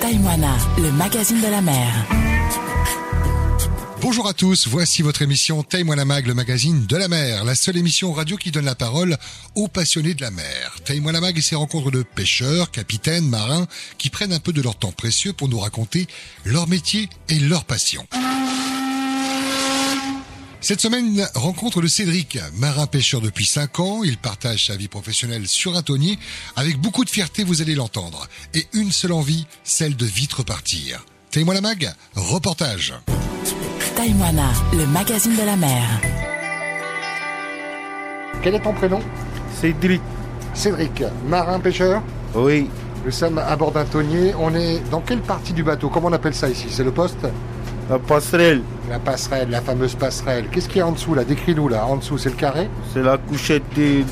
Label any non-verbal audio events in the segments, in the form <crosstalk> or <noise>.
Taïmoana, le magazine de la mer. Bonjour à tous, voici votre émission Taille-moi la mag, le magazine de la mer, la seule émission radio qui donne la parole aux passionnés de la mer. Taille-moi la mag et ses rencontres de pêcheurs, capitaines, marins, qui prennent un peu de leur temps précieux pour nous raconter leur métier et leur passion. Cette semaine, rencontre de Cédric, marin pêcheur depuis 5 ans. Il partage sa vie professionnelle sur un tonnier. Avec beaucoup de fierté, vous allez l'entendre. Et une seule envie, celle de vite repartir. Taille-moi la mag, reportage. Taïmoana, le magazine de la mer. Quel est ton prénom C'est Dili. Cédric, marin pêcheur. Oui. Nous sommes à bord d'un tonnier. On est dans quelle partie du bateau Comment on appelle ça ici C'est le poste La passerelle, La passerelle, la fameuse passerelle. Qu'est-ce qu'il y a en dessous là Décris-nous là. En dessous, c'est le carré c'est la couchette de,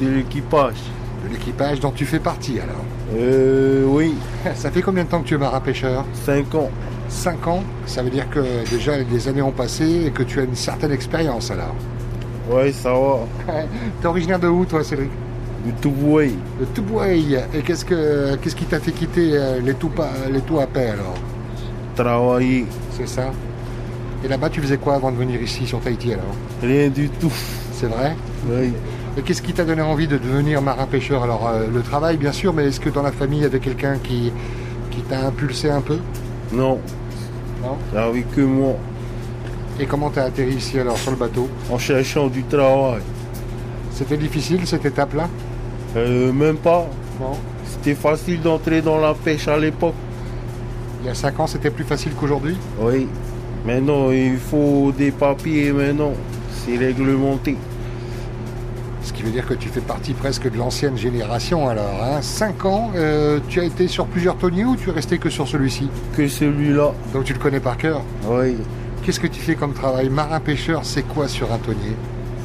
de l'équipage. de l'équipage dont tu fais partie alors. Euh, oui, <laughs> Ça fait combien de temps que tu es marin pêcheur 5 ans. 5 ans. Ça veut dire que déjà des années ont passé et que tu as une certaine expérience alors. Ouais, ça va. <laughs> T'es originaire de où toi, Cédric Du tout boué. De Toubouaï. Et qu'est-ce que qu'est-ce qui t'a fait quitter euh, les Toupa- les Touapé alors Travailler. C'est ça. Et là-bas, tu faisais quoi avant de venir ici sur Tahiti alors Rien du tout. C'est vrai Oui. Et qu'est-ce qui t'a donné envie de devenir marin-pêcheur Alors, euh, le travail, bien sûr, mais est-ce que dans la famille, il y avait quelqu'un qui, qui t'a impulsé un peu Non. Non. J'avais que moi. Et comment t'as atterri ici, alors, sur le bateau En cherchant du travail. C'était difficile, cette étape-là Euh, même pas. Non. C'était facile d'entrer dans la pêche à l'époque. Il y a 5 ans, c'était plus facile qu'aujourd'hui Oui. Maintenant, il faut des papiers maintenant. C'est réglementé. Ce qui veut dire que tu fais partie presque de l'ancienne génération, alors. Hein 5 ans, euh, tu as été sur plusieurs tonniers ou tu es resté que sur celui-ci Que celui-là. Donc, tu le connais par cœur Oui. Qu'est-ce que tu fais comme travail Marin-pêcheur, c'est quoi sur un tonnier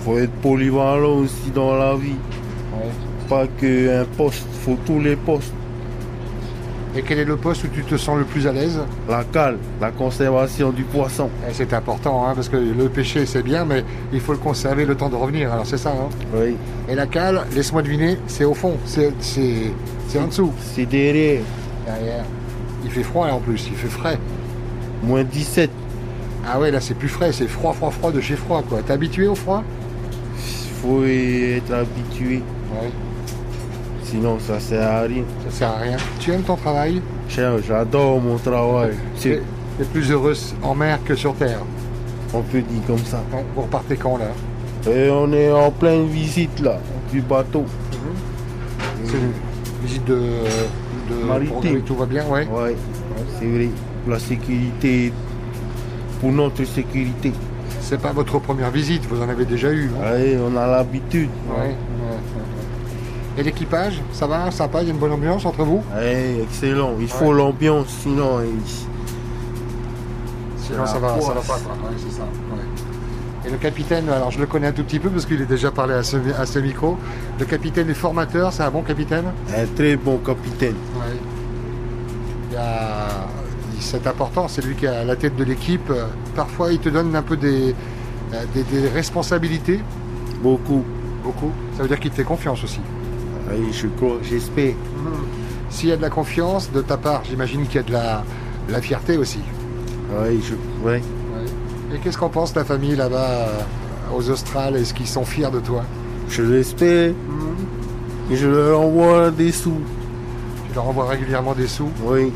Faut être polyvalent aussi dans la vie. Pas qu'un poste, faut tous les postes. Et quel est le poste où tu te sens le plus à l'aise La cale, la conservation du poisson. Eh, C'est important, hein, parce que le pêcher, c'est bien, mais il faut le conserver le temps de revenir. Alors, c'est ça. hein. Oui. Et la cale, laisse-moi deviner, c'est au fond, c'est c'est- c'est en dessous, C'est derrière, derrière. Il fait froid, là, en plus, il fait frais. moins 17. Ah ouais, là, c'est plus frais, c'est froid, froid, froid de chez froid, quoi. T'es habitué au froid Faut être habitué, Ouais, sinon ça sert à rien. ça sert à rien. Tu aimes ton travail Cher, J'adore mon travail. T'es C'est- t'es plus heureux en mer que sur terre. On peut dire comme ça. Ouais, vous repartez quand, là Et on est en pleine visite là, du bateau. C'est une visite de... de Maritime. pour que tout va bien, ouais. Ouais, c'est vrai. La sécurité, pour notre sécurité. C'est pas votre première visite, vous en avez déjà eu. hein Ouais, on a l'habitude. Ouais, ouais, ouais. Et l'équipage, ça va, sympa, il y a une bonne ambiance entre vous Eh, excellent, il faut l'ambiance, sinon il- Sinon Ah, ça va, ouais. ça va pas quoi. Ouais, c'est ça. ouais. Et le capitaine, alors je le connais un tout petit peu parce qu'il est déjà parlé à ce, à ce micro. Le capitaine est formateur, c'est un bon capitaine un très bon capitaine. Il y a- il- C'est important, c'est lui qui a la tête de l'équipe. Euh, Parfois il te donne un peu des, euh, des, des responsabilités, Beaucoup. beaucoup. Ça veut dire qu'il te fait confiance aussi. Et je crois, j'espère. S'il y a de la confiance de ta part, j'imagine qu'il y a de la, de la fierté aussi. Ouais, je, ouais. Et qu'est-ce qu'en pense ta famille là-bas euh, aux Australes Est-ce qu'ils sont fiers de toi je l'espère. Et je leur envoie des sous. Tu leur envoies régulièrement des sous Oui.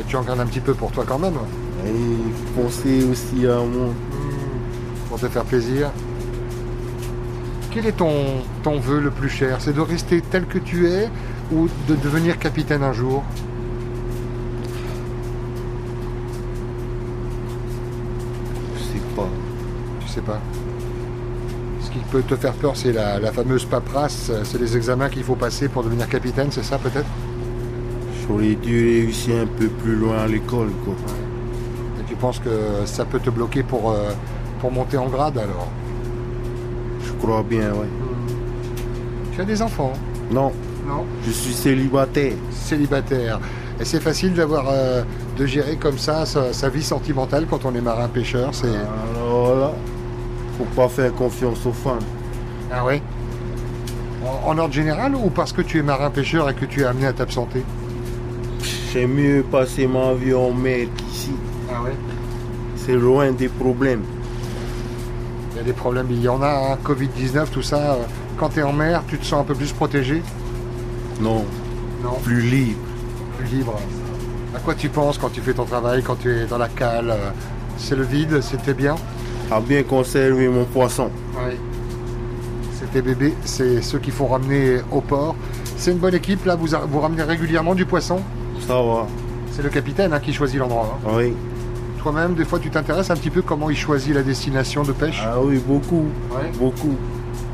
Et tu en gardes un petit peu pour toi quand même, Et pensez aussi à moi. pour te faire plaisir. Quel est ton, ton vœu le plus cher C'est de rester tel que tu es ou de devenir capitaine un jour Je sais pas. Tu sais pas. Ce qui peut te faire peur, c'est la, la fameuse paperasse, euh, c'est les examens qu'il faut passer pour devenir capitaine, c'est ça peut-être J'aurais dû réussir un peu plus loin à l'école, quoi. Et tu penses que ça peut te bloquer pour, euh, pour monter en grade alors Je crois bien, ouais. Tu as des enfants Non, Non. je suis célibataire. célibataire. Et c'est facile d'avoir euh, de gérer comme ça sa, sa vie sentimentale quand on est marin pêcheur. C'est Alors là, faut pas faire confiance aux femmes. ah ouais. En, en ordre général ou parce que tu es marin pêcheur et que tu es amené à t'absenter J'ai mieux passé ma vie en mer qu'ici. Ah ouais C'est loin des problèmes. Il y a des problèmes, il y en a, hein, Covid-19, tout ça. euh, Quand tu es en mer, tu te sens un peu plus protégé Non, Non, plus libre. plus libre. À quoi tu penses quand tu fais ton travail, quand tu es dans la cale euh, C'est le vide, c'était bien À bien conserver mon poisson. Oui. C'était bébé, c'est ceux qui font ramener au port. C'est une bonne équipe, là, vous, a- vous ramenez régulièrement du poisson Ça va, C'est le capitaine hein, qui choisit l'endroit. hein. oui. Toi-même, des fois, tu t'intéresses un petit peu comment il choisit la destination de pêche Ah oui, beaucoup, Ouais. beaucoup.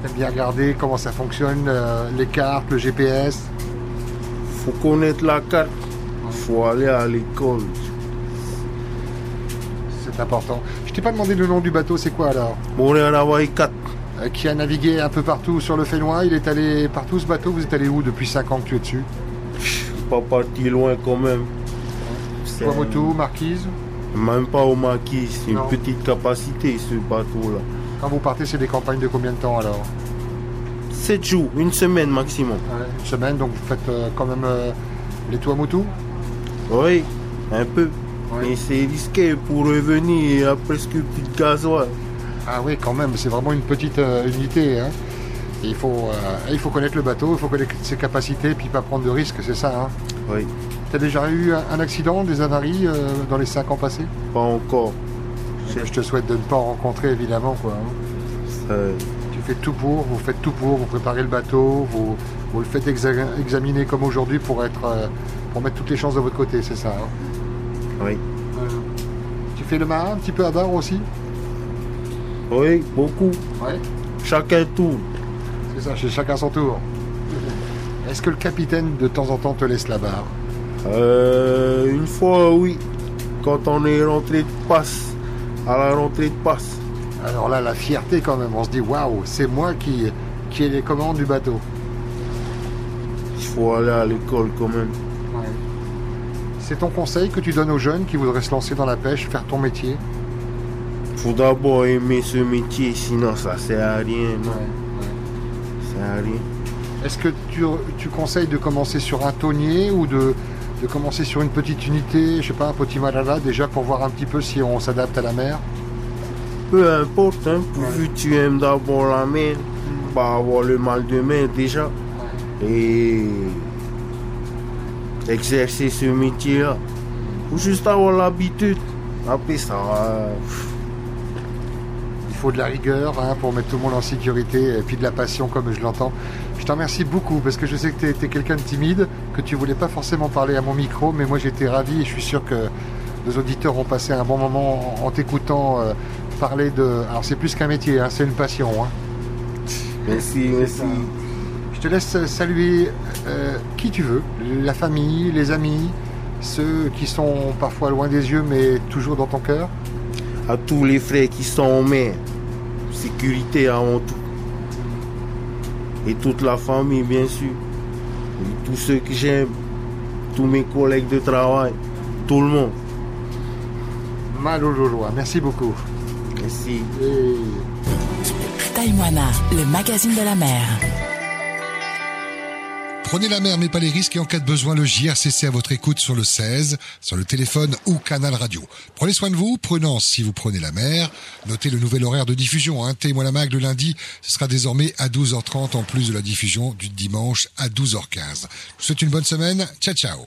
T'aimes bien regarder comment ça fonctionne, euh, les cartes, le GPS Faut connaître la carte. Faut aller à l'école. C'est important. Je t'ai pas demandé le nom du bateau, c'est quoi alors Montréal Hawaii 4. Euh, Qui a navigué un peu partout sur le Fénois. Il est allé partout ce bateau. Vous êtes allé où depuis 5 ans que tu es dessus Pas parti loin quand même. C'est Tuamotu, Marquise Même pas au maquis, c'est une Non. petite capacité ce bateau-là. Quand vous partez, c'est des campagnes de combien de temps alors 7 jours, une semaine maximum. Une semaine, donc vous faites euh, quand même euh, les Tuamotu Oui, un peu. Ouais. Mais c'est risqué pour revenir, il y a presque plus de gasoil. Ah oui, quand même, c'est vraiment une petite euh, unité. hein. Et Il faut, euh, il faut connaître le bateau, il faut connaître ses capacités, puis pas prendre de risques, c'est ça. Hein. Oui, T'as déjà eu un un accident, des avaries euh, dans les 5 ans passés pas encore. C'est- Je te souhaite de ne pas en rencontrer, évidemment. Quoi, hein. Euh, Tu fais tout pour, vous faites tout pour, vous préparez le bateau, vous, vous le faites exa- examiner comme aujourd'hui pour être euh, pour mettre toutes les chances de votre côté, c'est ça. hein oui. tu fais le marin un petit peu à barre aussi oui, beaucoup. Ouais. Chacun tourne. C'est ça, chez chacun son tour. Est-ce que le capitaine de temps en temps te laisse la barre Euh, une fois, oui. Quand on est rentré de passe, à la rentrée de passe. Alors là, la fierté quand même, on se dit waouh, c'est moi qui, qui ai les commandes du bateau. Il faut aller à l'école quand même. C'est ton conseil que tu donnes aux jeunes qui voudraient se lancer dans la pêche, faire ton métier Faut d'abord aimer ce métier, sinon ça sert à rien. non, Ça sert à rien. Est-ce que tu, tu conseilles de commencer sur un tonnier ou de, de commencer sur une petite unité, je sais pas, un petit malala, déjà pour voir un petit peu si on s'adapte à la mer Peu importe, hein, pourvu que tu aimes d'abord la mer, pas avoir le mal de mer déjà. Et exercer ce métier-là. Faut juste avoir l'habitude. Après ça, euh, Il faut de la rigueur hein, pour mettre tout le monde en sécurité et puis de la passion comme je l'entends. Je t'en remercie beaucoup parce que je sais que tu étais quelqu'un de timide, que tu voulais pas forcément parler à mon micro, mais moi j'étais ravi et je suis sûr que nos auditeurs ont passé un bon moment en, en t'écoutant euh, parler de... Alors c'est plus qu'un métier, hein, c'est une passion. hein. merci, merci. Je te laisse saluer euh, qui tu veux, la famille, les amis, ceux qui sont parfois loin des yeux mais toujours dans ton cœur. À tous les frères qui sont en mer, sécurité avant tout. Et toute la famille, bien sûr. Et tous ceux que j'aime, tous mes collègues de travail, tout le monde. Malo Jojoa, merci beaucoup. Merci. Et- Taïwana, le magazine de la mer. Prenez la mer mais pas les risques et en cas de besoin, le JRCC à votre écoute sur le 16, sur le téléphone ou canal radio. Prenez soin de vous, prenance si vous prenez la mer. Notez le nouvel horaire de diffusion, hein. témoin la mag le lundi, ce sera désormais à 12h30 en plus de la diffusion du dimanche à 12h15. Je vous souhaite une bonne semaine, ciao ciao